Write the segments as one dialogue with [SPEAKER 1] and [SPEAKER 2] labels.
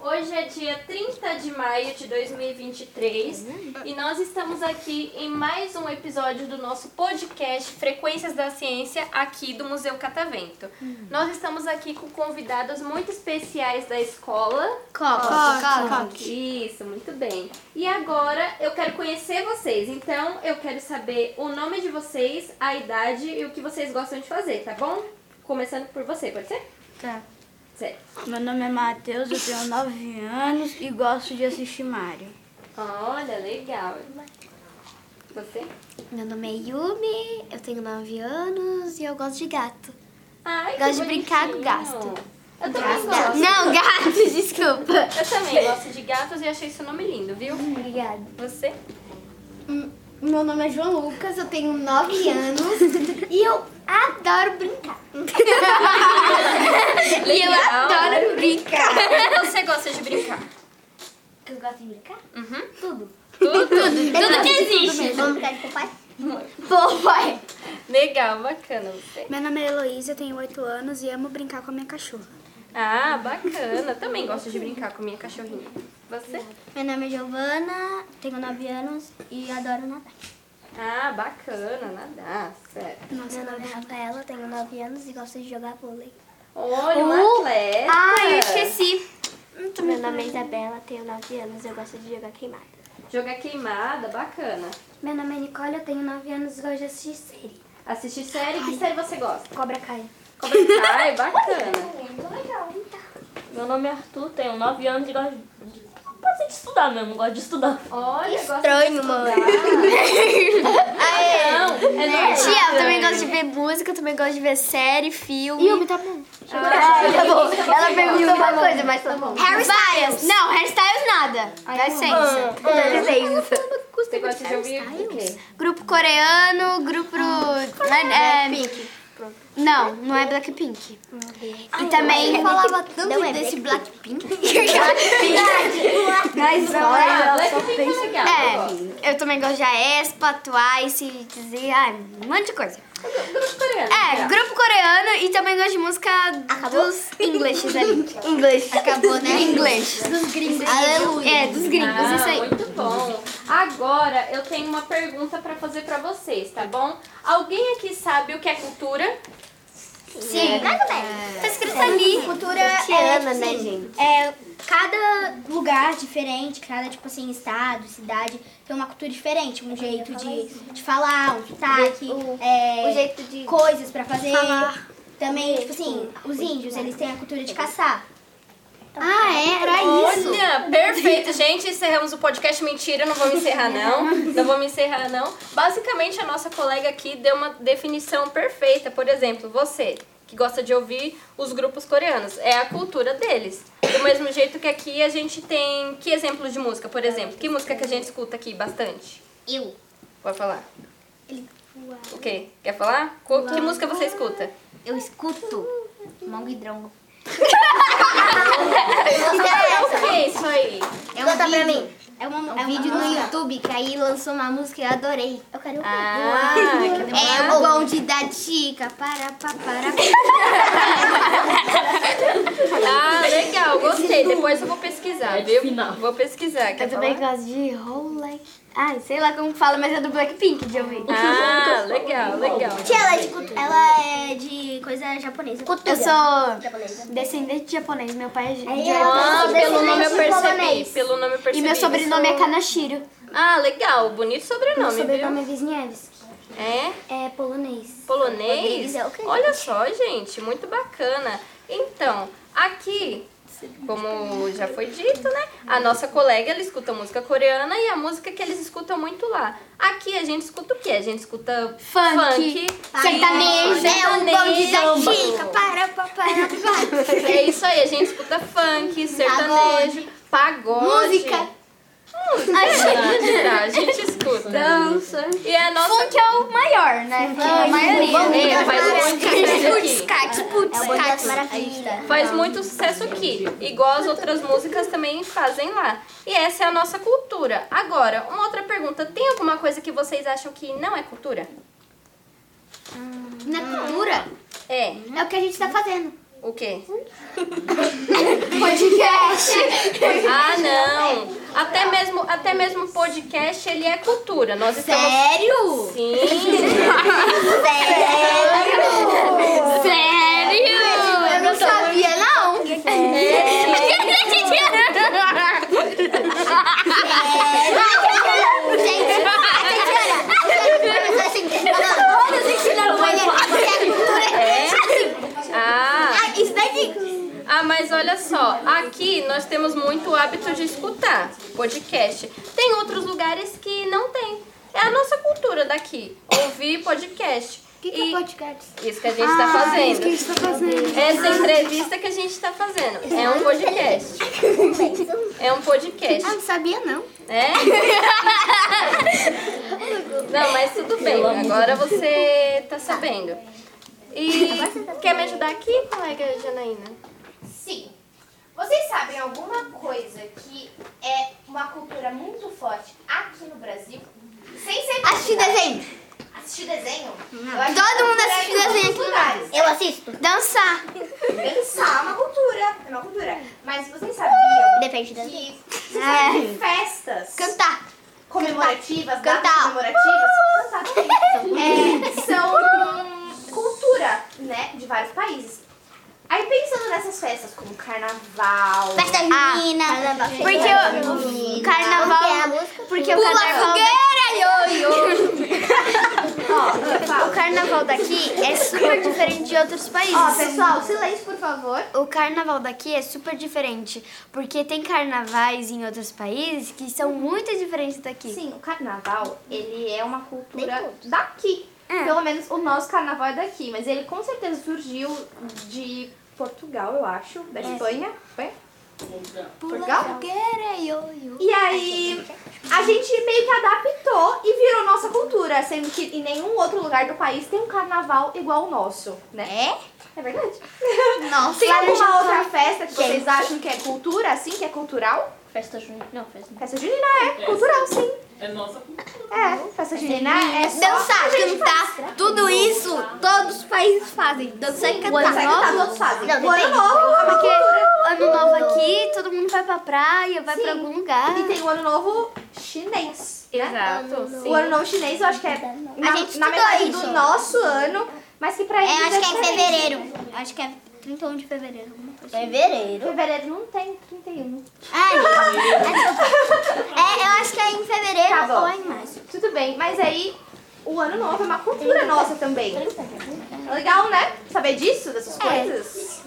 [SPEAKER 1] Hoje é dia 30 de maio de 2023 e nós estamos aqui em mais um episódio do nosso podcast Frequências da Ciência aqui do Museu Catavento. Nós estamos aqui com convidados muito especiais da escola. Isso, muito bem. E agora eu quero conhecer vocês, então eu quero saber o nome de vocês, a idade e o que vocês gostam de fazer, tá bom? Começando por você, pode ser?
[SPEAKER 2] Tá.
[SPEAKER 1] Certo.
[SPEAKER 2] Meu nome é Matheus, eu tenho 9 anos e gosto de assistir Mario.
[SPEAKER 1] Olha, legal. Você?
[SPEAKER 3] Meu nome é Yumi, eu tenho 9 anos e eu gosto de gato.
[SPEAKER 1] Ai, que
[SPEAKER 3] Gosto de brincar com
[SPEAKER 1] bonitinho.
[SPEAKER 3] gato.
[SPEAKER 1] Eu também
[SPEAKER 3] Gato.
[SPEAKER 1] gosto.
[SPEAKER 3] Não, gato, desculpa.
[SPEAKER 1] Eu também gosto de gatos e achei seu nome lindo, viu?
[SPEAKER 3] Obrigada.
[SPEAKER 1] Você? é
[SPEAKER 3] Meu nome é João Lucas, eu tenho 9 anos e eu adoro brincar.
[SPEAKER 1] E eu
[SPEAKER 3] Adoro brincar.
[SPEAKER 1] Você gosta de brincar?
[SPEAKER 3] Eu gosto de brincar?
[SPEAKER 1] Uhum.
[SPEAKER 3] Tudo.
[SPEAKER 1] Tudo, tudo,
[SPEAKER 3] gosto
[SPEAKER 1] que
[SPEAKER 3] de
[SPEAKER 1] existe.
[SPEAKER 3] mesmo. Vamos brincar de papai? Papai.
[SPEAKER 1] Legal, bacana você.
[SPEAKER 2] Meu nome é Heloísa, eu tenho 8 anos e amo brincar com a minha cachorra.
[SPEAKER 1] Ah, bacana. Também gosto de brincar com minha cachorrinha. Você?
[SPEAKER 3] Meu nome é Giovana, tenho 9 anos e adoro nadar.
[SPEAKER 1] Ah, bacana, nadar, certo.
[SPEAKER 3] Meu nome é Rafaela, tenho 9 anos e gosto de jogar vôlei.
[SPEAKER 1] Olha, um
[SPEAKER 3] Uh!
[SPEAKER 1] atleta.
[SPEAKER 3] Ah, eu esqueci. Meu nome é Isabela, tenho 9 anos eu gosto de jogar queimada.
[SPEAKER 1] Jogar queimada, bacana.
[SPEAKER 3] Meu nome é Nicole, eu tenho 9 anos e gosto de assistir série.
[SPEAKER 1] Assistir série, que série você gosta?
[SPEAKER 3] Cobra Kai.
[SPEAKER 1] Cobra Kai, bacana.
[SPEAKER 3] Legal, então.
[SPEAKER 4] Meu nome é Arthur, tenho 9 anos e gosto de... Gosto de estudar mesmo, gosto de estudar.
[SPEAKER 1] Olha,
[SPEAKER 3] Estranho,
[SPEAKER 1] gosta
[SPEAKER 3] mano.
[SPEAKER 1] de estudar.
[SPEAKER 3] Aê!
[SPEAKER 1] É normal.
[SPEAKER 3] Tia, eu também gosto de ver música, eu também gosto de ver série, filme. Yumi, tá bom.
[SPEAKER 1] Ah,
[SPEAKER 3] tá bom. Ela perguntou uma coisa, mas tá bom. Harry Styles. Não, Harry Styles nada. Dá licença. Dá licença.
[SPEAKER 1] Você gosta de ouvir o quê?
[SPEAKER 3] Grupo coreano, grupo... é, é, Não, não é Blackpink. E também... é falava tanto desse Blackpink. Blackpink. Mas não
[SPEAKER 1] Ah, Blackpink é legal. eu gosto.
[SPEAKER 3] É, eu também gosto de Aespa, Twice, dizer, ai, um monte de coisa.
[SPEAKER 1] Grupo coreano.
[SPEAKER 3] É,
[SPEAKER 1] legal.
[SPEAKER 3] grupo coreano e também gosto de música dos ingleses ali. Inglês. Acabou, né? Inglês. Dos gringos. Aleluia. É, dos gringos,
[SPEAKER 1] Ah,
[SPEAKER 3] isso aí.
[SPEAKER 1] muito bom. Agora eu tenho uma pergunta pra fazer pra vocês, tá bom? Alguém aqui sabe o que é cultura?
[SPEAKER 3] Sim. Mais ou menos. Tá escrito ali. Cultura é, né, gente? É, cada lugar diferente, cada, tipo assim, estado, cidade, tem uma cultura diferente. Um jeito de, de falar, um sotaque, é, coisas pra fazer. Também, tipo assim, os índios, eles têm a cultura de caçar. Ah, é? Pra
[SPEAKER 1] Olha, perfeito, gente. Encerramos o podcast. Mentira, não vou me encerrar, não. Não vou me encerrar, não. Basicamente, a nossa colega aqui deu uma definição perfeita. Por exemplo, você que gosta de ouvir os grupos coreanos. É a cultura deles. Do mesmo jeito que aqui a gente tem. Que exemplo de música, por exemplo? Que música que a gente escuta aqui bastante?
[SPEAKER 3] Eu.
[SPEAKER 1] Pode falar. O quê? Quer falar? Co- Que música você escuta?
[SPEAKER 3] Eu escuto Mongo e Drongo.
[SPEAKER 1] É o que isso aí?
[SPEAKER 3] É um vídeo. É, uma, é um vídeo no YouTube que aí lançou uma música e eu adorei. Eu quero
[SPEAKER 1] Ah, que demais.
[SPEAKER 3] É o bonde da tica. Para, pa, para,
[SPEAKER 1] Ah, legal, gostei. Depois eu vou pesquisar, viu? Vou pesquisar. Quer
[SPEAKER 3] Eu também
[SPEAKER 1] falar?
[SPEAKER 3] gosto de Rolling. Ai, sei lá como fala, mas é do Blackpink de ouvir.
[SPEAKER 1] Ah, legal, legal.
[SPEAKER 3] ela é de cultura. Ela é de coisa japonesa. Eu sou descendente de japonês. Meu pai é de
[SPEAKER 1] Ah,
[SPEAKER 3] japonês.
[SPEAKER 1] pelo nome eu percebi. Pelo nome eu
[SPEAKER 3] E
[SPEAKER 1] percebi.
[SPEAKER 3] meu sobrenome é Kanashiro.
[SPEAKER 1] Ah, legal, bonito sobrenome,
[SPEAKER 3] é Wisniewski.
[SPEAKER 1] viu? É?
[SPEAKER 3] É polonês.
[SPEAKER 1] polonês.
[SPEAKER 3] Rodrigues é o que a
[SPEAKER 1] Olha só, gente, muito bacana. Então, aqui, como já foi dito, né? A nossa colega, ela escuta música coreana e a música que eles escutam muito lá. Aqui a gente escuta o quê? A gente escuta funk,
[SPEAKER 3] Sertanejo. É um bonde da
[SPEAKER 1] sertanejo.
[SPEAKER 3] tica. Para, pa, para, para.
[SPEAKER 1] É isso aí, a gente escuta funk, sertanejo, pagode.
[SPEAKER 3] Música.
[SPEAKER 1] música. Verdade, tá? A gente escuta.
[SPEAKER 2] Dança.
[SPEAKER 1] E a nossa.
[SPEAKER 3] Funk é o maior, né? Funk é a maioria.
[SPEAKER 1] É, faz muito sucesso
[SPEAKER 3] Putz,
[SPEAKER 1] aqui.
[SPEAKER 3] cats, putz, cats. Maravilha.
[SPEAKER 1] Faz muito sucesso aqui. Igual as outras músicas também fazem lá. E essa é a nossa cultura. Agora, uma outra pergunta. Tem alguma coisa que vocês acham que não é cultura?
[SPEAKER 3] Na cultura,
[SPEAKER 1] É.
[SPEAKER 3] é o que a gente tá fazendo.
[SPEAKER 1] O quê?
[SPEAKER 3] é. Podcast.
[SPEAKER 1] Ah, não. Até mesmo, até mesmo podcast, ele é cultura. Nós estamos...
[SPEAKER 3] Sério?
[SPEAKER 1] Sim.
[SPEAKER 3] Eu não sabia, não. assim, é
[SPEAKER 1] Ah. Ah, mas olha só, aqui nós temos muito hábito de escutar podcast. Tem outros lugares que não tem. É a nossa cultura daqui, ouvir podcast. E
[SPEAKER 3] é podcast?
[SPEAKER 1] Isso que a gente tá fazendo.
[SPEAKER 3] está fazendo?
[SPEAKER 1] Essa entrevista que a gente tá fazendo é um podcast. É um podcast,
[SPEAKER 3] Ah, não sabia, não.
[SPEAKER 1] né? Não, mas tudo bem. Agora você tá sabendo. E quer me ajudar aqui, colega Janaína?
[SPEAKER 5] Sim. Vocês sabem alguma coisa que é uma cultura muito forte aqui no Brasil? Sem ser
[SPEAKER 3] Assisti desenho.
[SPEAKER 5] assistir desenho? Eu acho que
[SPEAKER 3] Todo mundo
[SPEAKER 5] cultura é
[SPEAKER 3] assiste
[SPEAKER 5] em todos
[SPEAKER 3] desenho
[SPEAKER 5] os
[SPEAKER 3] aqui.
[SPEAKER 5] lugares.
[SPEAKER 3] Eu assisto. Dançar.
[SPEAKER 5] Dançar é uma cultura, é uma cultura. Mas vocês sabiam
[SPEAKER 3] Depende da.
[SPEAKER 5] que
[SPEAKER 3] É.
[SPEAKER 5] vocês sabem que festas
[SPEAKER 3] Cantar.
[SPEAKER 5] comemorativas,
[SPEAKER 3] Cantar.
[SPEAKER 5] datas comemorativas, é, são cultura, né, de vários países. Aí pensando nessas festas como carnaval, né,
[SPEAKER 3] Festa junina. Porque o carnaval. Porque o carnaval. é
[SPEAKER 5] Ó,
[SPEAKER 3] O carnaval daqui é super diferente de outros países.
[SPEAKER 5] pessoal, silêncio, por favor.
[SPEAKER 3] O carnaval daqui é super diferente, porque tem carnavais em outros países que são muito diferentes daqui.
[SPEAKER 5] Sim, o carnaval, ele é uma cultura daqui. Pelo menos o nosso carnaval é daqui, mas ele com certeza surgiu de Portugal, eu acho, da Espanha. Foi? É. Portugal? E aí, a gente meio que adaptou e virou nossa cultura, sendo que em nenhum outro lugar do país tem um carnaval igual o nosso, né? É? É verdade.
[SPEAKER 3] Nossa,
[SPEAKER 5] Tem alguma outra festa que vocês acham que é cultura, assim, que é cultural?
[SPEAKER 4] Festa junina. Não, festa
[SPEAKER 5] Festa junina é cultural, sim.
[SPEAKER 6] É nossa cultura.
[SPEAKER 5] É, festa junina é só...
[SPEAKER 3] dançar, cantar, tudo isso todos os países fazem. Dançar e
[SPEAKER 5] Dançar e cantar, os
[SPEAKER 3] cantar.
[SPEAKER 5] outros fazem.
[SPEAKER 3] Não,
[SPEAKER 5] O ano novo é uma cultura.
[SPEAKER 3] Ano novo aqui, todo mundo vai pra praia, vai
[SPEAKER 5] Sim.
[SPEAKER 3] pra algum lugar.
[SPEAKER 5] E tem o ano novo chinês, né?
[SPEAKER 1] Exato.
[SPEAKER 5] O ano novo chinês eu acho que é na,
[SPEAKER 3] gente
[SPEAKER 5] na
[SPEAKER 3] estudou
[SPEAKER 5] metade
[SPEAKER 3] isso.
[SPEAKER 5] do nosso ano, mas que
[SPEAKER 3] É,
[SPEAKER 5] pra eles diferente.
[SPEAKER 3] fevereiro. Acho que é 31 de fevereiro. Fevereiro?
[SPEAKER 5] Fevereiro não tem 31.
[SPEAKER 3] Ai, é, eu acho que é em fevereiro
[SPEAKER 5] Tá bom.
[SPEAKER 3] ou em março.
[SPEAKER 5] Tudo bem, mas aí o ano novo é uma cultura nossa também. Legal, né? Saber disso, dessas
[SPEAKER 3] É.
[SPEAKER 5] coisas.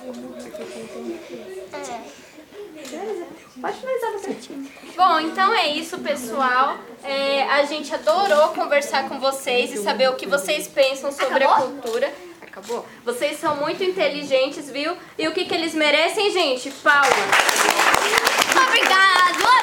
[SPEAKER 5] Beleza. Pode finalizar você.
[SPEAKER 1] Bom, então é isso, pessoal. É, a gente adorou conversar com vocês e saber o que vocês pensam sobre a cultura. Acabou? Vocês são muito inteligentes, viu? E o que, que eles merecem, gente? Palmas!
[SPEAKER 3] Obrigado!